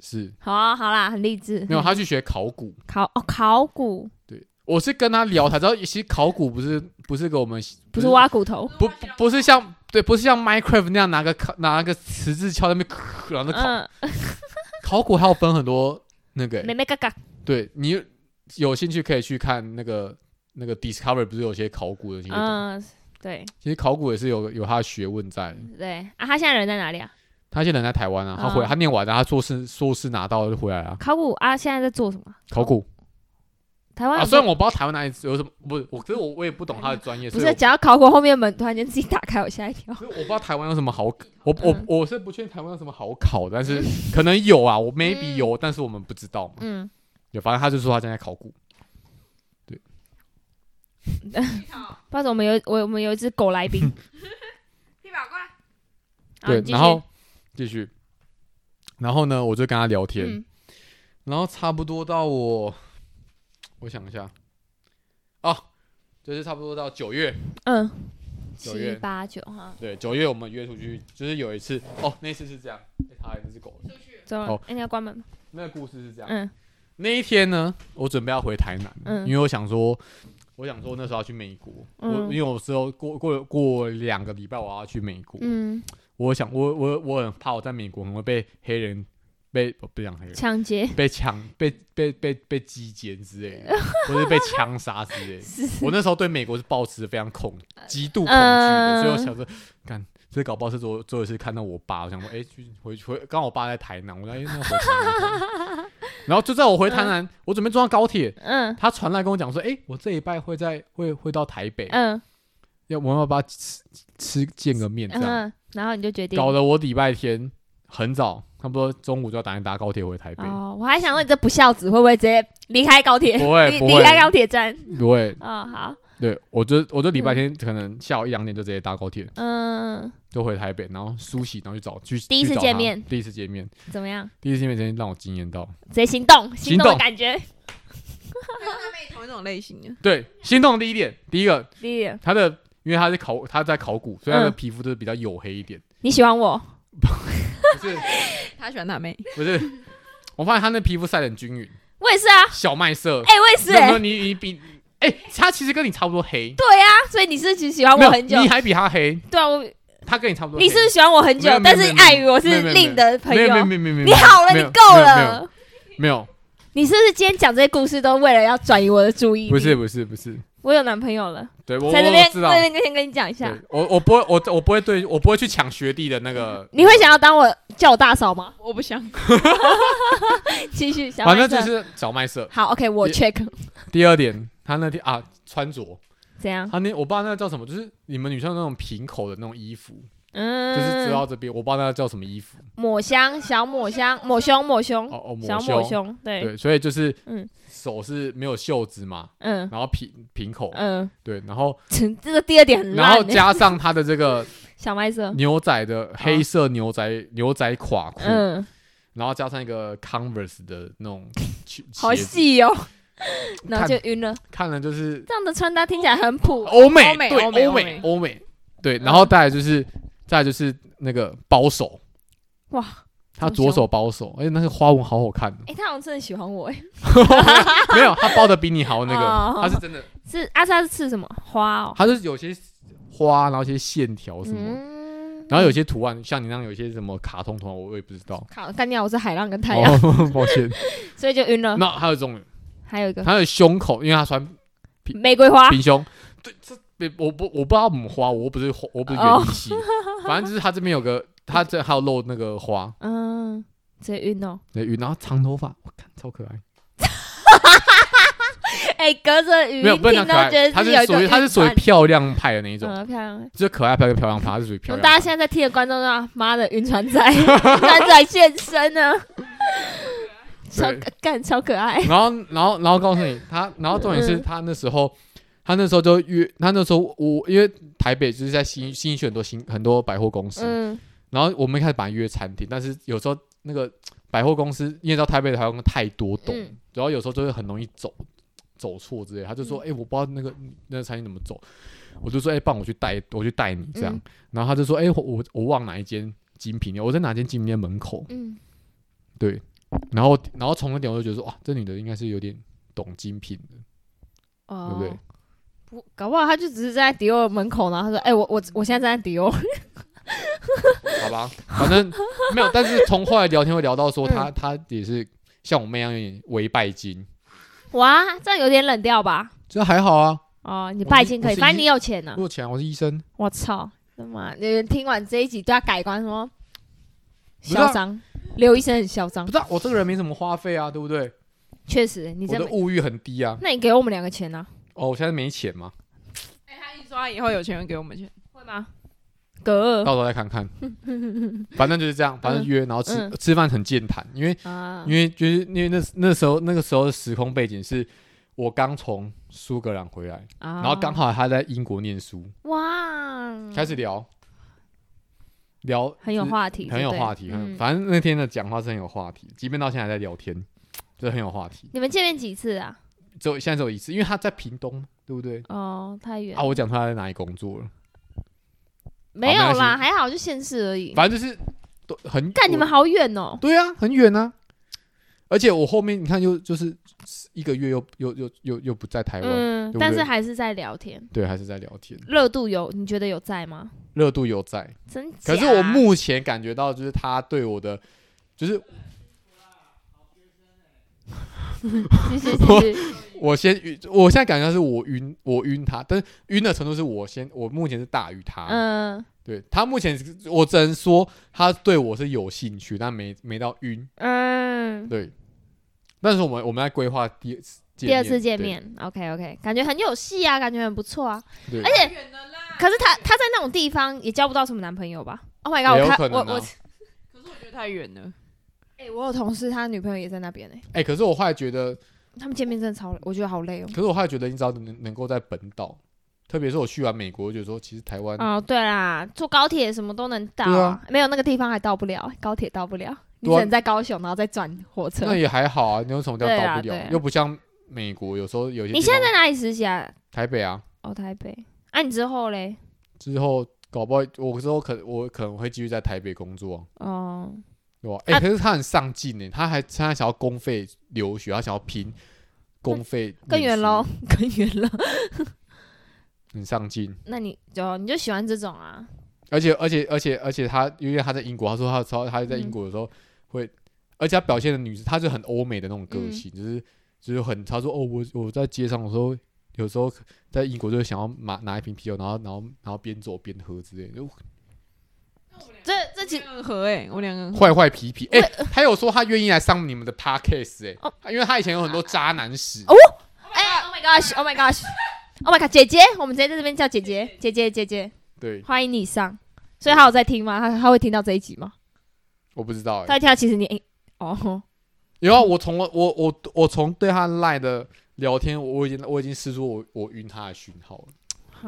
Speaker 3: 是
Speaker 1: 好、啊，好啦，很励志。
Speaker 3: 没有他去学考古，
Speaker 1: 考哦考古，
Speaker 3: 对，我是跟他聊才知道，其实考古不是不是给我们
Speaker 1: 不是挖骨头。
Speaker 3: 不不不是像对，不是像 Minecraft 那样拿个烤拿个十字敲在那边咳，然后那烤、
Speaker 1: 嗯，
Speaker 3: 考古还有分很多那个欸、
Speaker 1: 妹妹嘎嘎，
Speaker 3: 对你有兴趣可以去看那个那个 Discovery，不是有些考古的那个东西、
Speaker 1: 嗯，对
Speaker 3: 其实考古也是有有他的学问在的。
Speaker 1: 对啊，他现在人在哪里啊？
Speaker 3: 他现在人在台湾啊，他回、
Speaker 1: 嗯
Speaker 3: 他念完了，他硕士硕士拿到了就回来了。
Speaker 1: 考古啊，现在在做什么？
Speaker 3: 考古
Speaker 1: 哦台湾
Speaker 3: 啊，
Speaker 1: 有
Speaker 3: 虽
Speaker 1: 做、
Speaker 3: 然我不知道台湾哪里有什么，不是我，可是我我也不懂他的专业，
Speaker 1: 不
Speaker 3: 所以
Speaker 1: 是
Speaker 3: 我
Speaker 1: 讲到考古后面门，突然间自己打开，我吓一 跳。
Speaker 3: 可是我不知道台湾有什么好，我我
Speaker 1: 嗯
Speaker 3: 我是不确定台湾有什么好考的，但是可能有啊， 我 maybe
Speaker 1: 嗯
Speaker 3: 有，但是我们不知道嘛。
Speaker 1: 嗯，
Speaker 3: 对，反正他就说他正在考古，
Speaker 1: 不然我们有我我们有一只狗来宾。
Speaker 2: 你跑过来，
Speaker 1: 好 啊你，继续
Speaker 3: 对然后继续，然后呢，我就跟他聊天，
Speaker 1: 嗯
Speaker 3: 然后差不多到我，哦我想一下，啊，就是差不多到九月
Speaker 1: 嗯，
Speaker 3: 九月
Speaker 1: 七八九哈，
Speaker 3: 对，九月我们约出去，就是有一次哦，那次是这样，哎他还那只狗，
Speaker 1: 走了
Speaker 3: 好，
Speaker 1: 哎你要关门吗？
Speaker 3: 那个故事是这样。
Speaker 1: 嗯，
Speaker 3: 那一天呢，我准备要回台南，
Speaker 1: 嗯
Speaker 3: 因为我想说，我想说那时候要去美国，
Speaker 1: 嗯
Speaker 3: 我因为我之后过过过两个礼拜我要去美国，
Speaker 1: 嗯，
Speaker 3: 我想我我我很怕我在美国可能会被黑人被不不讲黑人
Speaker 1: 抢劫
Speaker 3: 被抢被被被被击奸之类 的，或是被枪杀之类的。我那时候对美国是抱持非常恐极度恐惧的，
Speaker 1: 呃
Speaker 3: 所以我想着，干，所以搞不好是昨最后一次看到我爸，我想说，哎、去回回，刚好我爸在台南，我说，哎、那回台南。然后就在我回台南，我准备坐上高铁，
Speaker 1: 嗯
Speaker 3: 他传来跟我讲说，哎、我这一拜会在会会到台北，
Speaker 1: 嗯
Speaker 3: 要我们要不要吃吃见个面这样？
Speaker 1: 嗯，然后你就决定
Speaker 3: 搞得我礼拜天很早，差不多中午就要打算搭高铁回台北。
Speaker 1: 哦，我还想说你这不孝子会不会直接离开高铁，
Speaker 3: 不会
Speaker 1: 离
Speaker 3: 不
Speaker 1: 离
Speaker 3: 会
Speaker 1: 开高铁站？
Speaker 3: 对
Speaker 1: 哦，好，
Speaker 3: 对，我就我就礼拜天可能下午一两点就直接搭高铁，
Speaker 1: 嗯，
Speaker 3: 就回台北，然后梳洗，然后去找去
Speaker 1: 第一次
Speaker 3: 去找他
Speaker 1: 见面
Speaker 3: 第一次见面，
Speaker 1: 怎么样？
Speaker 3: 第一次见面真的让我惊艳到。
Speaker 1: 直接行动，
Speaker 3: 行
Speaker 1: 动的
Speaker 3: 动
Speaker 1: 感觉。
Speaker 2: 同一种类型的，
Speaker 3: 对，心动的第一点，第一个
Speaker 1: 第一，
Speaker 3: 他的，因为他是考他在考古，所以他的
Speaker 1: 嗯
Speaker 3: 皮肤就是比较黝黑一点，
Speaker 1: 你喜欢我？
Speaker 3: 不是
Speaker 2: 他喜欢辣妹，
Speaker 3: 不是，我发现他那皮肤晒得很均匀，
Speaker 1: 我也是啊，
Speaker 3: 小麦色，
Speaker 1: 哎，我也是，
Speaker 3: 没有没有
Speaker 1: 哎，
Speaker 3: 你你比哎、他其实跟你差不多黑，
Speaker 1: 对啊，所以你是其实喜欢
Speaker 3: 没
Speaker 1: 我
Speaker 3: 有
Speaker 1: 很久，
Speaker 3: 你还比他黑，
Speaker 1: 对啊，我
Speaker 3: 他跟你差不多黑，
Speaker 1: 你是不是喜欢我很久
Speaker 3: 没有，没
Speaker 1: 但
Speaker 3: 有
Speaker 1: 是
Speaker 3: 没有
Speaker 1: 碍于我
Speaker 3: 没
Speaker 1: 是
Speaker 3: 有没有
Speaker 1: 另的朋
Speaker 3: 没有没有
Speaker 1: 友，
Speaker 3: 没有没有没有，
Speaker 1: 你好了，
Speaker 3: 没
Speaker 1: 你
Speaker 3: 有
Speaker 1: 够，
Speaker 3: 没有没有
Speaker 1: 了。
Speaker 3: 没有，
Speaker 1: 你是不是今天讲这些故事都为了要转移我的注意力？
Speaker 3: 不是，不是不是，
Speaker 1: 我有男朋友了，
Speaker 3: 对我我
Speaker 1: 在这边
Speaker 3: 我知道。
Speaker 1: 在这边跟你讲一下
Speaker 3: 对，我我不会，我我不会对我不会去抢学弟的那个。
Speaker 1: 嗯你会想要当我叫我大嫂吗？
Speaker 2: 我不想。
Speaker 1: 继续，小
Speaker 3: 反
Speaker 1: 麦
Speaker 3: 正
Speaker 1: 色
Speaker 3: 就是小麦色。
Speaker 1: 好，OK，我
Speaker 3: 你
Speaker 1: check
Speaker 3: 第二点，他那天啊穿着，
Speaker 1: 怎样？
Speaker 3: 他那我不知道那个叫什么，就是你们女生那种平口的那种衣服，
Speaker 1: 嗯，
Speaker 3: 就是遮到这边，我不知道那个叫什么衣服。
Speaker 1: 抹香，小抹香，抹胸，抹胸，
Speaker 3: 哦哦，
Speaker 1: 嗯小
Speaker 3: 抹
Speaker 1: 抹
Speaker 3: 胸。
Speaker 1: 胸，对，
Speaker 3: 对，所以就是
Speaker 1: 嗯
Speaker 3: 手是没有袖子嘛，
Speaker 1: 嗯
Speaker 3: 然后平平口，
Speaker 1: 嗯，
Speaker 3: 对，然后
Speaker 1: 这这个第二点很
Speaker 3: 然后
Speaker 1: 烂欸，嗯
Speaker 3: 加上他的这个
Speaker 1: 小麦色，
Speaker 3: 牛仔的黑色牛仔牛仔垮裤，
Speaker 1: 嗯，
Speaker 3: 然后加上一个 Converse 的那种 去
Speaker 1: 好
Speaker 3: 鞋子，
Speaker 1: 细哦，然后就
Speaker 3: 看
Speaker 1: 晕了。
Speaker 3: 看了就是
Speaker 1: 这样的穿搭听起来很普，
Speaker 3: 欧美
Speaker 2: 欧美
Speaker 3: 对
Speaker 2: 欧美
Speaker 3: 欧
Speaker 2: 欧
Speaker 3: 美
Speaker 2: 美
Speaker 3: 欧美对，然后再来就是再来就是那个包手，
Speaker 1: 哇，
Speaker 3: 他左手包手，而且那个花纹好好看 哦
Speaker 1: 哎，他好像真的喜欢我，哎，
Speaker 3: 没有他包的比你好那
Speaker 1: 哦
Speaker 3: 个，他是真的，
Speaker 1: 是阿莎是吃什么花哦？
Speaker 3: 他是有些花，然后一些线条什么，
Speaker 1: 嗯，
Speaker 3: 然后有些图案像你那样有些什么卡通图案，我也不知道。
Speaker 1: 靠，干啊掉我是海浪跟太阳，
Speaker 3: 哦， 抱歉。
Speaker 1: 所以就晕了。
Speaker 3: 那还有这种，
Speaker 1: 还有一个
Speaker 3: 他的胸口，因为他穿
Speaker 1: 玫瑰花，
Speaker 3: 平胸，对，这别我不我不知道母花，我不是花我不是园艺系，反正就是他这边有个，他这还有露那个花，
Speaker 1: 嗯，直接晕哦。
Speaker 3: 对，云，然后长头发，我看超可爱。
Speaker 1: 哎，隔着语音
Speaker 3: 没有，
Speaker 1: 听
Speaker 3: 不能讲可
Speaker 1: 到觉
Speaker 3: 爱，
Speaker 1: 得
Speaker 3: 她
Speaker 1: 有
Speaker 3: 是
Speaker 1: 一
Speaker 3: 属
Speaker 1: 种
Speaker 3: 于她是
Speaker 1: 晕
Speaker 3: 属于
Speaker 1: 船
Speaker 3: 漂亮派的那一种，
Speaker 1: 嗯，漂亮。
Speaker 3: 就是可爱派跟漂亮派，她是属于漂
Speaker 1: 那
Speaker 3: 亮派。
Speaker 1: 大家现在在听的观众啊，妈的，晕船仔， 晕船仔现身呢， 超
Speaker 3: 对
Speaker 1: 干超可爱。
Speaker 3: 然后，然后，然后告诉你，她，然后重点是
Speaker 1: 嗯
Speaker 3: 她那时候，她那时候就约，她那时候我因为台北就是在新新选很多新很多百货公司，
Speaker 1: 嗯
Speaker 3: 然后我们一开始把她约餐厅，但是有时候那个百货公司，因为到台北的百货公司太多栋，
Speaker 1: 嗯
Speaker 3: 然后有时候就会很容易走走错之类的，他就说：“哎、我不知道那个那个餐厅怎么走。”我就说：“哎、帮我去带，我去带你这样。
Speaker 1: 嗯
Speaker 3: 然后他就说：“哎、我我我忘哪一间精品店，我在哪间精品店门口。
Speaker 1: 嗯，”
Speaker 3: 然后然后从那点我就觉得说：“哇，这女的应该是有点懂精品的，对
Speaker 1: 哦
Speaker 3: 不对？
Speaker 1: 不，搞不好他就只是在迪欧门口，然后他说：“哎，我我我现在站在迪欧。
Speaker 3: 好吧， 反正没有。但是从后来聊天会聊到说，她她也是像我妹一样有点微拜金，”
Speaker 1: 哇，这样有点冷掉吧？
Speaker 3: 这还好啊。
Speaker 1: 哦，你
Speaker 3: 我
Speaker 1: 拜
Speaker 3: 是
Speaker 1: 金
Speaker 3: 我
Speaker 1: 可以，
Speaker 3: 是
Speaker 1: 反
Speaker 3: 一
Speaker 1: 正你有钱呢
Speaker 3: 如。果起来我是医生，
Speaker 1: 我操，他妈！你们听完这一集都要改观说，
Speaker 3: 是啊
Speaker 1: 嚣张，刘医生很嚣张
Speaker 3: 不，知道我这个人没什么花费啊，对不对？
Speaker 1: 确实，你
Speaker 3: 我
Speaker 1: 真
Speaker 3: 的
Speaker 1: 的，
Speaker 3: 物欲很低啊。
Speaker 1: 那你给我们两个钱呢、
Speaker 3: 哦，我现在没钱嘛，
Speaker 2: 哎，他一说他以后有钱人给我们钱，
Speaker 1: 会吗？哥
Speaker 3: 到时候再看 看。反正就是这样，反正约，然后吃、
Speaker 1: 嗯
Speaker 3: 吃饭很健谈，因为
Speaker 1: 啊
Speaker 3: 因，为就是因为那那时候那个时候的时空背景是我刚从苏格兰回来，
Speaker 1: 然
Speaker 3: 然后刚好他在英国念书，
Speaker 1: 哇，
Speaker 3: 开始聊聊
Speaker 1: 嗯很有
Speaker 3: 就是
Speaker 1: 话题，
Speaker 3: 很有
Speaker 1: 对
Speaker 3: 话题，很
Speaker 1: 嗯
Speaker 3: 反正那天的讲话是很有话题，即便到现在还在聊天，就是很有话题。
Speaker 1: 你们见面几次啊？
Speaker 3: 只有现在只有一次，因为他在屏东，对不对？
Speaker 1: 哦，太远
Speaker 3: 啊，我讲出他在哪里工作了，
Speaker 1: 没有
Speaker 3: 没关
Speaker 1: 啦，
Speaker 3: 系
Speaker 1: 还好就县市而已。
Speaker 3: 反正就是都很
Speaker 1: 干你们好远哦、
Speaker 3: 对啊，很远啊。而且我后面你看又就是一个月又又又又又不在台湾，
Speaker 1: 嗯
Speaker 3: 对不，
Speaker 1: 但是
Speaker 3: 对
Speaker 1: 还是在聊天，
Speaker 3: 对，还是在聊天，
Speaker 1: 热度有你觉得有在吗？
Speaker 3: 热度有在。
Speaker 1: 真
Speaker 3: 可是
Speaker 1: 假
Speaker 3: 我目前感觉到就是他对我的，就是
Speaker 1: 是是是是
Speaker 3: 我先晕，我现在感觉到是我晕，我晕他，但是晕的程度是我先， 我目前是大于他，
Speaker 1: 嗯
Speaker 3: 对他目前是我只能说他对我是有兴趣，但没没到晕，
Speaker 1: 嗯，
Speaker 3: 对。但是我们我们在规划第
Speaker 1: 第二次见，面，OK OK，感觉很有戏啊，感觉很不错啊。
Speaker 3: 对，对
Speaker 1: 而且
Speaker 2: 远了啦
Speaker 1: 可是他他在那种地方也交不到什么男朋友吧？Oh my
Speaker 3: 也
Speaker 1: god，
Speaker 3: 有
Speaker 1: 我
Speaker 3: 可
Speaker 1: 看
Speaker 3: 能
Speaker 1: 我
Speaker 3: 啊
Speaker 1: 我
Speaker 2: 可是我觉得太远了。
Speaker 1: 哎、我有同事他女朋友也在那边呢、
Speaker 3: 哎、可是我后来觉得
Speaker 1: 他们见面真的超，我觉得好累哦。
Speaker 3: 可是我还觉得，你只要能能够在本岛，特别是我去完美国，我觉得说其实台湾，
Speaker 1: 哦，对啦，坐高铁什么都能到、
Speaker 3: 对啊
Speaker 1: 没有那个地方还到不了，高铁到不了，你
Speaker 3: 对
Speaker 1: 只
Speaker 3: 啊
Speaker 1: 能在高雄，然后再转火车
Speaker 3: 那。也还好啊，你有什么叫
Speaker 1: 对
Speaker 3: 到
Speaker 1: 啊
Speaker 3: 不
Speaker 1: 对啊
Speaker 3: 了？又不像美国，有时候有些
Speaker 1: 你
Speaker 3: 地
Speaker 1: 现在
Speaker 3: 方
Speaker 1: 在哪里实习啊？
Speaker 3: 台北啊，
Speaker 1: 哦，台北。啊，你之后嘞？
Speaker 3: 之后搞不好我之后可我可能会继续在台北工作啊、
Speaker 1: 哦，
Speaker 3: 对吧？哎、
Speaker 1: 啊
Speaker 3: 可是他很上进呢，他还他想要公费留学，他想要拼公费
Speaker 1: 更
Speaker 3: 念
Speaker 1: 远
Speaker 3: 书
Speaker 1: 喽，，更远了。
Speaker 3: 很上进。
Speaker 1: 那你就你就喜欢这种啊？
Speaker 3: 而且而且而且而且他因为他在英国，他说他超他在英
Speaker 1: 嗯
Speaker 3: 国的时候会，而且他表现的女生，她就很欧美的那种个
Speaker 1: 嗯
Speaker 3: 性，就是就是很他说哦我我在街上的时候，有时候在英国就会想要拿拿一瓶啤酒，然后然后然后边走边喝之类的，就
Speaker 1: 嗯这这其
Speaker 2: 我们两个合哎，我们两个人合
Speaker 3: 坏坏皮皮。哎、他有说他愿意来上你们的 podcast 哎、
Speaker 1: 哦
Speaker 3: 因为他以前有很多渣男史，
Speaker 1: 哦哎、o h my gosh，Oh my gosh，Oh my god，姐姐，我们直接在这边叫姐姐，姐姐，姐姐，
Speaker 3: 对，
Speaker 1: 欢迎你上。所以他有在听吗？他他会听到这一集吗？
Speaker 3: 我不知道
Speaker 1: 他
Speaker 3: 哎、
Speaker 1: 会听到其实你、哎哦，
Speaker 3: 然后我从我我我我从对他赖的聊天，我我已经我已经试出我我晕他的讯号了。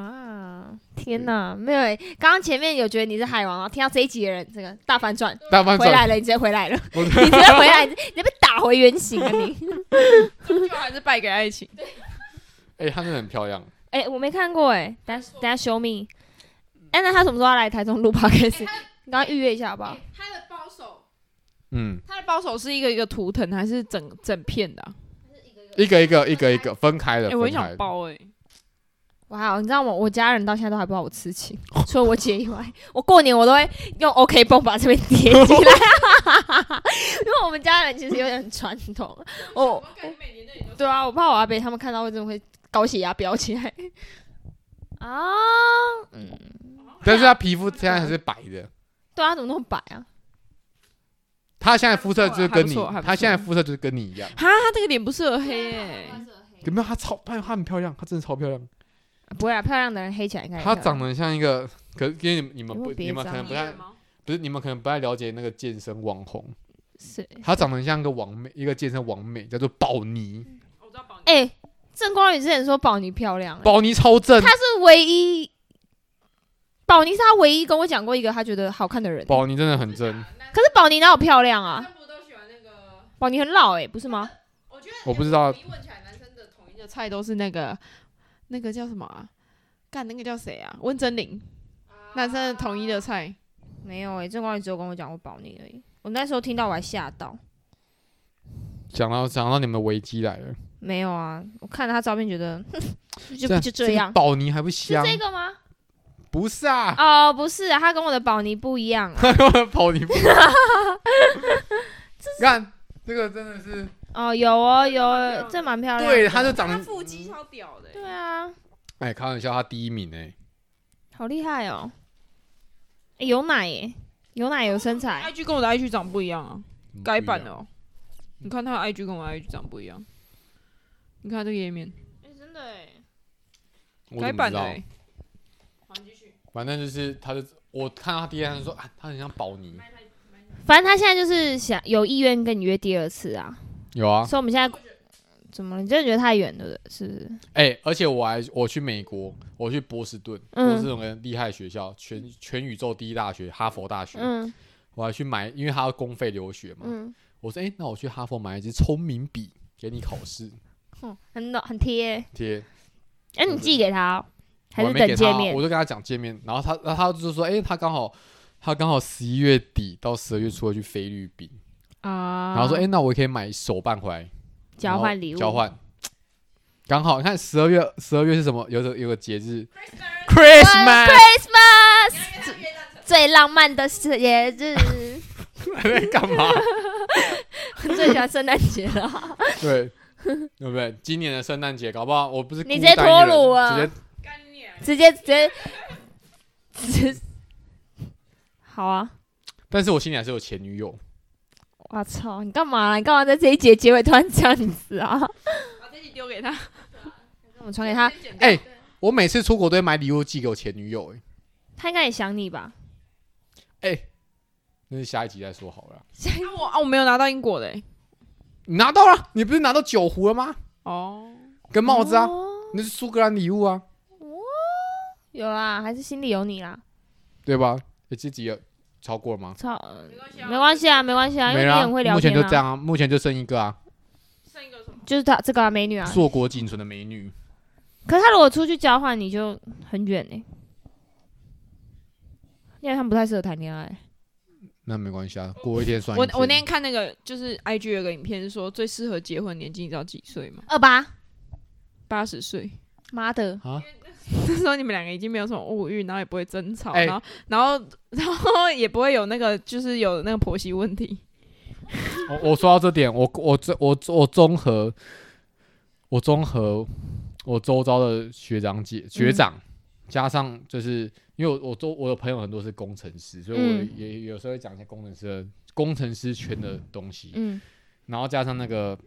Speaker 1: 啊，天哪，没有、欸，刚刚前面有觉得你是海王，然后听到这一集的人，这个大反转，
Speaker 3: 大翻
Speaker 1: 回
Speaker 3: 转，
Speaker 1: 来了，你直接回来了，
Speaker 3: 我
Speaker 1: 你直接回来，你你被打回原形啊 你！
Speaker 2: 终究还是败给爱情。
Speaker 3: 哎、她真的很漂亮。
Speaker 1: 哎、我没看过哎、等下等下 show me。哎、那他什么时候要来台中录 podcast？、你刚刚预约一下好不好？
Speaker 2: 他的包手，
Speaker 3: 嗯，
Speaker 2: 他的包手是一个一个图腾还是整整片的啊？
Speaker 3: 一个一个一个一个分开的，
Speaker 2: 哎，我很
Speaker 3: 分开
Speaker 2: 想
Speaker 3: 的。
Speaker 2: 包哎。
Speaker 1: 哇，你知道我我家人到现在都还不知道我痴情，除了我姐以外，我过年我都会用 OK 绷把这边叠起来，因为我们家人其实有点传统，我对啊，我怕我阿伯他们看到会真的会高血压飙起来啊，嗯，
Speaker 3: 但是她皮肤现 在还是白的，
Speaker 1: 对啊，怎么那么白啊？
Speaker 3: 她现在肤色就是跟
Speaker 2: 还不
Speaker 3: 你
Speaker 2: 错还不，错
Speaker 3: 她现在肤色就是跟你一样。
Speaker 2: 哈，他这个脸不适合黑哎。
Speaker 3: 有没有？她超，她她很漂亮，她真的超漂亮。
Speaker 1: 不会啊，漂亮的人黑起来应
Speaker 2: 哎
Speaker 1: 该也漂
Speaker 3: 她
Speaker 1: 亮
Speaker 3: 长得很像一个，可是因为你们你们
Speaker 1: 因
Speaker 3: 不
Speaker 1: 为别
Speaker 3: 你们
Speaker 1: 这
Speaker 3: 可
Speaker 1: 样
Speaker 3: 能不太
Speaker 2: 啊
Speaker 3: 不是你们可能不太了解那个健身网红，
Speaker 1: 是
Speaker 2: 嗯
Speaker 3: 她长得很像一个网美，一个健身网美叫做宝妮，
Speaker 2: 我知道宝
Speaker 1: 哎、郑光宇之前说宝妮漂亮、欸，
Speaker 3: 宝妮超正，
Speaker 1: 她是唯一，宝妮是他唯一跟我讲过一个他觉得好看的人。
Speaker 3: 宝妮真的很正，
Speaker 1: 可是宝妮哪有漂亮啊？
Speaker 2: 不都喜欢那个？
Speaker 1: 宝妮很老哎、不是吗？
Speaker 2: 我觉得
Speaker 3: 我不知道
Speaker 2: 问起来，男生的统一的菜都是那个那个叫什么啊？干那个叫谁啊？温真菱，男生的统一的菜。
Speaker 1: 没有哎、郑光宇只有跟我讲过宝妮而已。我那时候听到我还吓到。
Speaker 3: 讲到讲到你们的危机来了，
Speaker 1: 没有啊，我看了他照片觉得 就
Speaker 3: 样
Speaker 1: 就这样
Speaker 3: 个。宝妮还不
Speaker 1: 是
Speaker 3: 香？
Speaker 1: 这个吗？
Speaker 3: 不是啊，
Speaker 1: 哦，不是、啊，他跟我的宝妮不一样、啊。
Speaker 3: 跑你 步。看这个真的是，
Speaker 1: 哦，有哦，有
Speaker 2: 蛮漂亮
Speaker 1: 哦，
Speaker 2: 的
Speaker 1: 这蛮漂亮的。
Speaker 3: 对，啊他就长
Speaker 2: 他
Speaker 3: 得，
Speaker 2: 腹肌超屌的、欸
Speaker 1: 对啊，
Speaker 3: 哎，开玩笑，他第一名哎、
Speaker 1: 好厉害哦！诶有奶耶，有奶有身材，
Speaker 2: IG 跟我的 IG 长不一样啊，
Speaker 3: 怎么
Speaker 2: 改版
Speaker 3: 嗯不一
Speaker 2: 了
Speaker 3: 样。
Speaker 2: 哦。你看他的 IG 跟我的 IG 长不一样，你看这个页面
Speaker 1: 哎、真的哎。
Speaker 3: 我
Speaker 2: 改
Speaker 3: 怎么
Speaker 2: 版
Speaker 3: 知
Speaker 2: 了、
Speaker 3: 道？
Speaker 2: 欸。好，你继续。
Speaker 3: 反正就是，他就我看到他第一眼就说啊，他很像宝妮。
Speaker 1: 反正他现在就是想有意愿跟你约第二次啊，
Speaker 3: 有啊，
Speaker 1: 所以我们现在呃怎么了？你真的觉得太远了，是不是？
Speaker 3: 哎、而且我还我去美国，我去波士顿，
Speaker 1: 嗯
Speaker 3: 波士顿很厉害的学校，全全宇宙第一大学，哈佛大学。
Speaker 1: 嗯
Speaker 3: 我还去买，因为他要公费留学嘛。
Speaker 1: 嗯，
Speaker 3: 我说，哎、那我去哈佛买一支聪明笔给你考试
Speaker 1: 哼很暖很贴欸。
Speaker 3: 贴。
Speaker 1: 哎、你寄给他、哦，还
Speaker 3: 我
Speaker 1: 是
Speaker 3: 没
Speaker 1: 等
Speaker 3: 给
Speaker 1: 见
Speaker 3: 他，
Speaker 1: 面
Speaker 3: 我就跟他讲见面，然后他，然后他就说，哎、他刚好，他刚好十一月底到十二月初要去菲律宾，
Speaker 2: 啊
Speaker 3: 然后说，哎、那我也可以买手办回来
Speaker 1: 交换礼物，
Speaker 3: 交换。刚好你看十二月，十二月是什么？有个有个节日，Christmas，
Speaker 1: 最浪漫的节日，
Speaker 3: 在干嘛？
Speaker 1: 最喜欢圣诞节了。
Speaker 3: 对，对不对？今年的圣诞节，搞不好我不是
Speaker 1: 你
Speaker 3: 孤
Speaker 1: 直接
Speaker 3: 单
Speaker 1: 脱
Speaker 3: 一人
Speaker 1: 乳啊
Speaker 3: 直接
Speaker 1: 直接直接直接，好啊！
Speaker 3: 但是我心里还是有前女友。
Speaker 1: 我操，你干嘛、你干嘛在这一节结尾突然这样子啊？
Speaker 2: 把这集丢给他，
Speaker 1: 我传给他，
Speaker 3: 哎、我每次出国都会买礼物寄给我前女友、欸，
Speaker 1: 他应该也想你吧？
Speaker 3: 哎、那是下一集再说好了 啦。
Speaker 2: 啊我啊我没有拿到英国的欸
Speaker 3: 你拿到了，你不是拿到酒壶了吗？
Speaker 2: 哦，
Speaker 3: 跟帽子啊，
Speaker 1: 哦
Speaker 3: 那是苏格兰礼物啊，
Speaker 1: 有啦，还是心里有你啦。
Speaker 3: 对吧？欸、这集有超过了吗？
Speaker 1: 操，
Speaker 2: 啊
Speaker 1: 没关系啊，没关系啊，因为
Speaker 3: 没
Speaker 1: 你
Speaker 3: 啦
Speaker 1: 很会聊
Speaker 3: 目前
Speaker 1: 天
Speaker 3: 就
Speaker 1: 啊。
Speaker 3: 这样啊，目前就剩一个啊，
Speaker 2: 剩一个什么？
Speaker 1: 就是他这个、啊、美女 啊，
Speaker 3: 硕果仅存的美女。
Speaker 1: 可是他如果出去交换，你就很远呢、欸因为他们不太适合谈恋爱。
Speaker 3: 那没关系啊，过一天算一
Speaker 2: 我我那天看那个就是 IG 有个影片说最适合结婚年纪你知道几岁吗？
Speaker 1: 二八，
Speaker 2: 八十岁。
Speaker 1: 妈的，
Speaker 3: 啊，
Speaker 2: 那时候你们两个已经没有什么物欲，然后也不会争吵，
Speaker 3: 哎
Speaker 2: 然后然后然后 也不会有那个就是有那个婆媳问题。
Speaker 3: 我我说到这点，我我这我我综合，我综合我周遭的学长
Speaker 1: 嗯
Speaker 3: 姐学长，加上就是因为我我周我的朋友很多是工程师，所以我
Speaker 1: 嗯
Speaker 3: 也、有时候会讲一些工程师的工程师圈的东西，
Speaker 1: 嗯
Speaker 3: 然后加上那个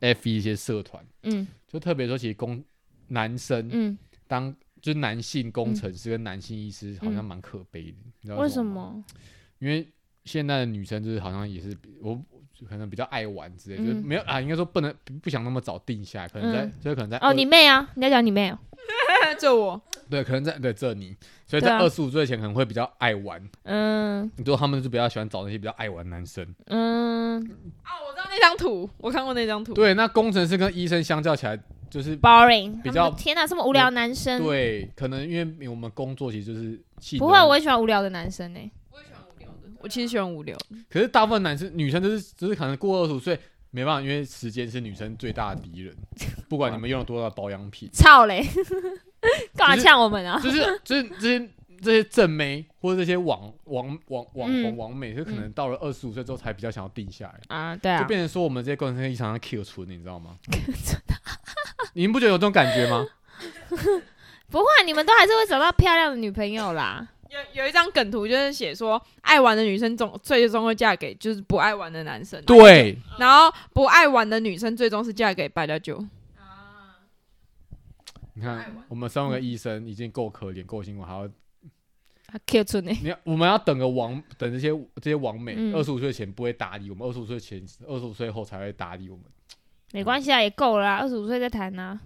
Speaker 3: F 一些社团，
Speaker 1: 嗯
Speaker 3: 就特别说其实工男生、
Speaker 1: 嗯，
Speaker 3: 当就是男性工程师跟男性医师好像蛮可悲的，你知道
Speaker 1: 嗯为
Speaker 3: 什
Speaker 1: 什
Speaker 3: 么吗？
Speaker 1: 么？
Speaker 3: 因为现在的女生就是好像也是比我我可能比较爱玩之类，
Speaker 1: 嗯
Speaker 3: 就是没有啊，应该说不能不不想那么早定下来，可能在、
Speaker 1: 嗯
Speaker 3: 所以可能在
Speaker 1: 哦，
Speaker 3: 二
Speaker 1: 你妹啊！你在讲你妹哦、
Speaker 2: 就我
Speaker 3: 对，可能在对这你，所以
Speaker 1: 对
Speaker 3: 在
Speaker 1: 啊
Speaker 3: 二十五岁前可能会比较爱玩，
Speaker 1: 嗯
Speaker 3: 你说他们就比较喜欢找那些比较爱玩的男生。
Speaker 1: 嗯
Speaker 2: 啊，我知道那张图，我看过那张图。
Speaker 3: 对，那工程师跟医生相较起来，就是
Speaker 1: ，boring，
Speaker 3: 比较
Speaker 1: 他们天哪、这么无聊的男生，
Speaker 3: 对，可能因为我们工作其实就是气
Speaker 1: 不会，啊我也喜欢无聊的男生呢、欸
Speaker 2: 我其实喜欢无聊的，
Speaker 3: 可是大部分男生女生就是就是可能过二十五岁。没办法，因为时间是女生最大的敌 人。不管你们用了多少保养品，
Speaker 1: 操嘞， 干嘛
Speaker 3: 就是
Speaker 1: 呛我们啊？
Speaker 3: 就是就是这些这些正妹或者这些网网网网红
Speaker 1: 嗯
Speaker 3: 网美，就可能到了二十五岁之后才比较想要定下来，
Speaker 1: 啊，对啊，
Speaker 3: 就变成说我们这些工程师一场要 Q 存，你知 道吗？
Speaker 1: 啊
Speaker 3: 你们不觉得有这种感觉吗？
Speaker 1: 不会，啊你们都还是会找到漂亮的女朋友啦。
Speaker 2: 有有一张梗图就是写说，爱玩的女生总最终会嫁给就是不爱玩的男生，
Speaker 3: 对，
Speaker 2: 然后不爱玩的女生最终是嫁给白家酒。
Speaker 3: 你看我们三个医生已经够可怜够辛苦，还要
Speaker 1: 啊 Q 出呢，
Speaker 3: 你要我们要等个网等这些这些网美
Speaker 1: 嗯
Speaker 3: 二十五岁前不会搭理我们，二十五岁前二十五岁后才会搭理我们。
Speaker 1: 没关系啊，也够了啊，二十五岁再谈啊。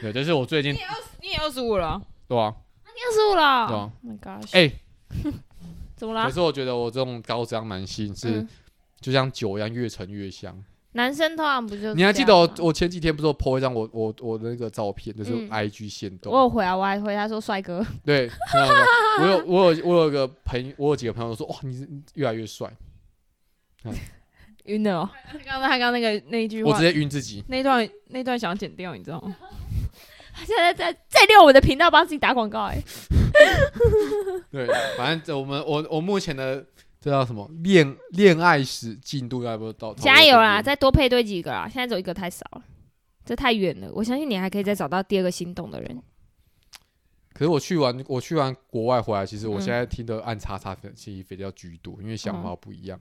Speaker 3: 对，这是我最近
Speaker 2: 你也二十五了啊，
Speaker 3: 对啊
Speaker 1: 二十五了
Speaker 3: 对
Speaker 1: ，Oh
Speaker 3: 啊，
Speaker 1: my gosh，
Speaker 3: 哎，
Speaker 1: 怎么
Speaker 3: 可
Speaker 1: 啦？
Speaker 3: 是我觉得我这种高质量男性是
Speaker 1: 啊嗯，
Speaker 3: 就像酒一样越陈越香。
Speaker 1: 男生通常不就
Speaker 3: 你还记
Speaker 1: 这
Speaker 3: 得
Speaker 1: 样
Speaker 3: 我
Speaker 1: 吗
Speaker 3: 我前几天不是有 po 一张我我我的那个照片，就是
Speaker 1: 嗯
Speaker 3: IG 限动。
Speaker 1: 我有回啊，我还回他说帅哥，
Speaker 3: 对，没有没有我有我有我有个朋友，我有几个朋友说哇，你你越来越帅，
Speaker 1: 晕了哦。
Speaker 2: 他刚刚他刚刚那个那一句
Speaker 3: 我
Speaker 2: 话
Speaker 3: 直，接晕自己。
Speaker 2: 那一段那一段想要剪掉，你知道吗？
Speaker 1: 他现在在在利用我的频道帮自己打广告哎、
Speaker 3: 对，反正我们我我目前的这叫什么恋恋爱史进度要不到？
Speaker 1: 加油啊啦，
Speaker 3: 差
Speaker 1: 再多配对几个啦，现在只有一个太少了，这太远了。我相信你还可以再找到第二个心动的人。
Speaker 3: 不多这边可是我去完我去完国外回来，其实我
Speaker 1: 嗯
Speaker 3: 现在听的按叉叉其实比较居多，因为想法不一样，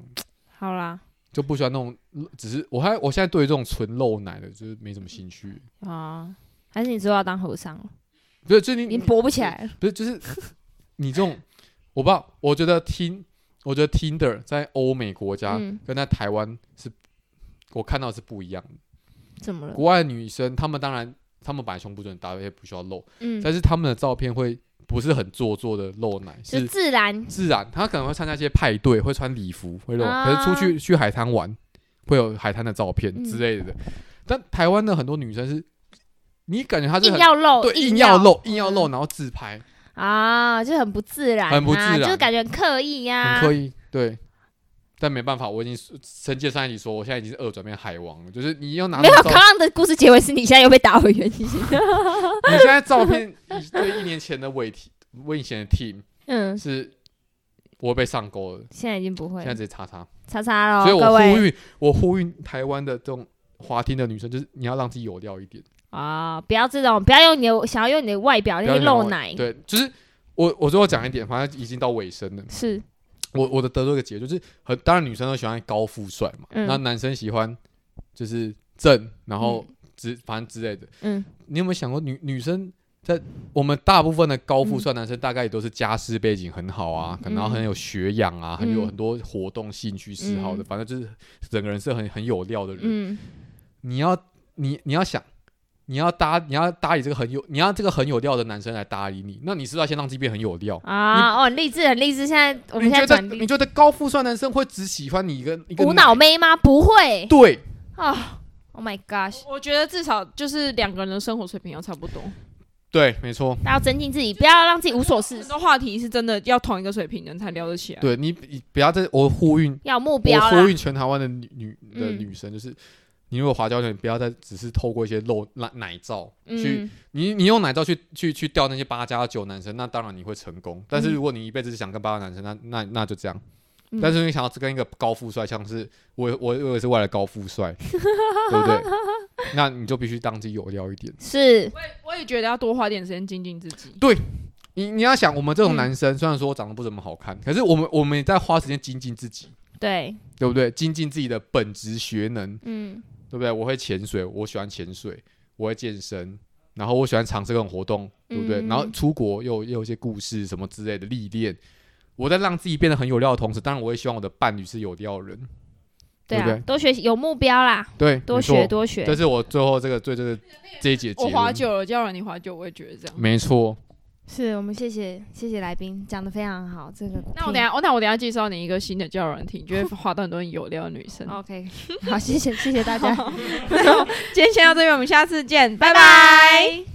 Speaker 1: 好啦，
Speaker 3: 就不喜欢那种只是我还我现在对于这种纯露奶的就是没什么兴趣。
Speaker 1: 啊，还是你之后要当和尚了，
Speaker 3: 所以最近
Speaker 1: 你勃不起来了。
Speaker 3: 不是，就是你这种，我不知道。我觉得听，我觉得 Tinder 在欧美国家
Speaker 1: 嗯
Speaker 3: 跟在台湾是，我看到是不一样的。
Speaker 1: 怎么了？
Speaker 3: 国外的女生，她们当然，她们本来胸部就很大，也不需要露，
Speaker 1: 嗯，
Speaker 3: 但是她们的照片会不是很做作的露奶，
Speaker 1: 就是自然
Speaker 3: 自然。她可能会参加一些派对，会穿礼服，会露。
Speaker 1: 啊
Speaker 3: 可是出去去海滩玩，会有海滩的照片
Speaker 1: 嗯
Speaker 3: 之类的。但台湾的很多女生是。你感觉他是
Speaker 1: 硬
Speaker 3: 很
Speaker 1: 要露，
Speaker 3: 对硬要
Speaker 1: 要嗯
Speaker 3: 露硬要露，然后自拍，
Speaker 1: 啊，就很不自然啊，
Speaker 3: 很不自然
Speaker 1: 就是感觉很刻意啊呀、
Speaker 3: 很刻意，对。但没办法，我已经是神界上一集说，我现在已经是二转变海王了。就是你要拿
Speaker 1: 没有，
Speaker 3: 那种
Speaker 1: 刚刚的故事结尾是你现在又被打回原形。
Speaker 3: 你现在照片 以对一年前的伟提，我以前的 team
Speaker 1: 嗯，
Speaker 3: 是不会被上钩的，
Speaker 1: 现在已经不会
Speaker 3: 现在
Speaker 1: 了，
Speaker 3: 直接叉叉。
Speaker 1: 叉叉喽，
Speaker 3: 所以我
Speaker 1: 哦各
Speaker 3: 呼
Speaker 1: 位
Speaker 3: 吁，我呼吁台湾的这种滑梯的女生，就是你要让自己有料一点，
Speaker 1: 啊、不要这种，不要用你的想要用你的外表
Speaker 3: 不
Speaker 1: 那
Speaker 3: 要
Speaker 1: 些露
Speaker 3: 让我
Speaker 1: 奶，
Speaker 3: 对，就是我我最后讲一点，反正已经到尾声了。
Speaker 1: 是
Speaker 3: 我我的得出一个结论就是很，当然女生都喜欢高富帅嘛，
Speaker 1: 嗯
Speaker 3: 那、男生喜欢就是正，然后之、反正之类的。
Speaker 1: 嗯，
Speaker 3: 你有没有想过女女生在我们大部分的高富
Speaker 1: 嗯
Speaker 3: 帅男生大概也都是家世背景很好啊，可能然后很有学养啊，很有
Speaker 1: 嗯
Speaker 3: 很多活动兴趣嗜好的，
Speaker 1: 嗯
Speaker 3: 反正就是整个人是很很有料的人。
Speaker 1: 嗯
Speaker 3: 你要你你要想，你要搭你要搭理这个很有你要这个很有料的男生来搭理你，那你是不是要先让自己变很有料？
Speaker 1: 啊，哦，很励志，很励志。现在我们现
Speaker 3: 你
Speaker 1: 在
Speaker 3: 觉得
Speaker 1: 转
Speaker 3: 你觉得高富帅男生会只喜欢你一个一个
Speaker 1: 无
Speaker 3: 奶
Speaker 1: 脑妹吗？不会
Speaker 3: 对，
Speaker 1: 啊、o h my gosh，
Speaker 2: 我觉得至少就是两个人的生活水平要差不多。
Speaker 3: 对，没错，
Speaker 1: 大家要增进自己，不要让自己无所事
Speaker 2: 很
Speaker 1: 事，
Speaker 2: 多话题是真的要同一个水平人才聊得起来。
Speaker 3: 对你你不要再我呼吁，
Speaker 1: 要有目标
Speaker 3: 我呼
Speaker 1: 啦。
Speaker 3: 吁全台湾的女女的
Speaker 1: 嗯
Speaker 3: 女生，就是你如果滑胶圈，你不要再只是透过一些露奶奶照去，
Speaker 1: 嗯，
Speaker 3: 你你用奶照去去去钓那些八加九男生，那当然你会成功。但是如果你一辈子是想跟八加男生，那那那就这样。
Speaker 1: 嗯
Speaker 3: 但是你想要跟一个高富帅，像是我我我也是为了高富帅，对不对？ 那你就必须当自己有料一点。
Speaker 1: 是
Speaker 2: 我也我也觉得要多花点时间精进自己。
Speaker 3: 你你要想，我们这种
Speaker 1: 嗯
Speaker 3: 男生、虽然说我长得不怎么好看，可是我们我们也在花时间精进自己，
Speaker 1: 对，
Speaker 3: 对不对？精进自己的本职学能，
Speaker 1: 嗯
Speaker 3: 对不对？我会潜水，我喜欢潜水，我会健身，然后我喜欢尝试各种活动，对不对？
Speaker 1: 嗯
Speaker 3: 然后出国又又有一些故事什么之类的历练。我在让自己变得很有料的同时，当然我也希望我的伴侣是有料的人，
Speaker 1: 对啊，
Speaker 3: 对不对
Speaker 1: 多学习有目标啦，
Speaker 3: 对，
Speaker 1: 多
Speaker 3: 没错
Speaker 1: 学多学
Speaker 3: 这。是我最后这个最这个这一节结
Speaker 2: 我
Speaker 3: 论。
Speaker 2: 滑久了，叫人你滑久，我也觉得这样。
Speaker 3: 没错，
Speaker 1: 是我们谢谢谢谢来宾讲的非常好，这个
Speaker 2: 那我等一下，哦，那我等一下介绍你一个新的交友软体，你就会滑到很多很有料的女 生。
Speaker 1: OK，好，谢谢谢谢大家。
Speaker 2: 今天先到这边，我们下次见，拜
Speaker 1: 拜
Speaker 2: 拜。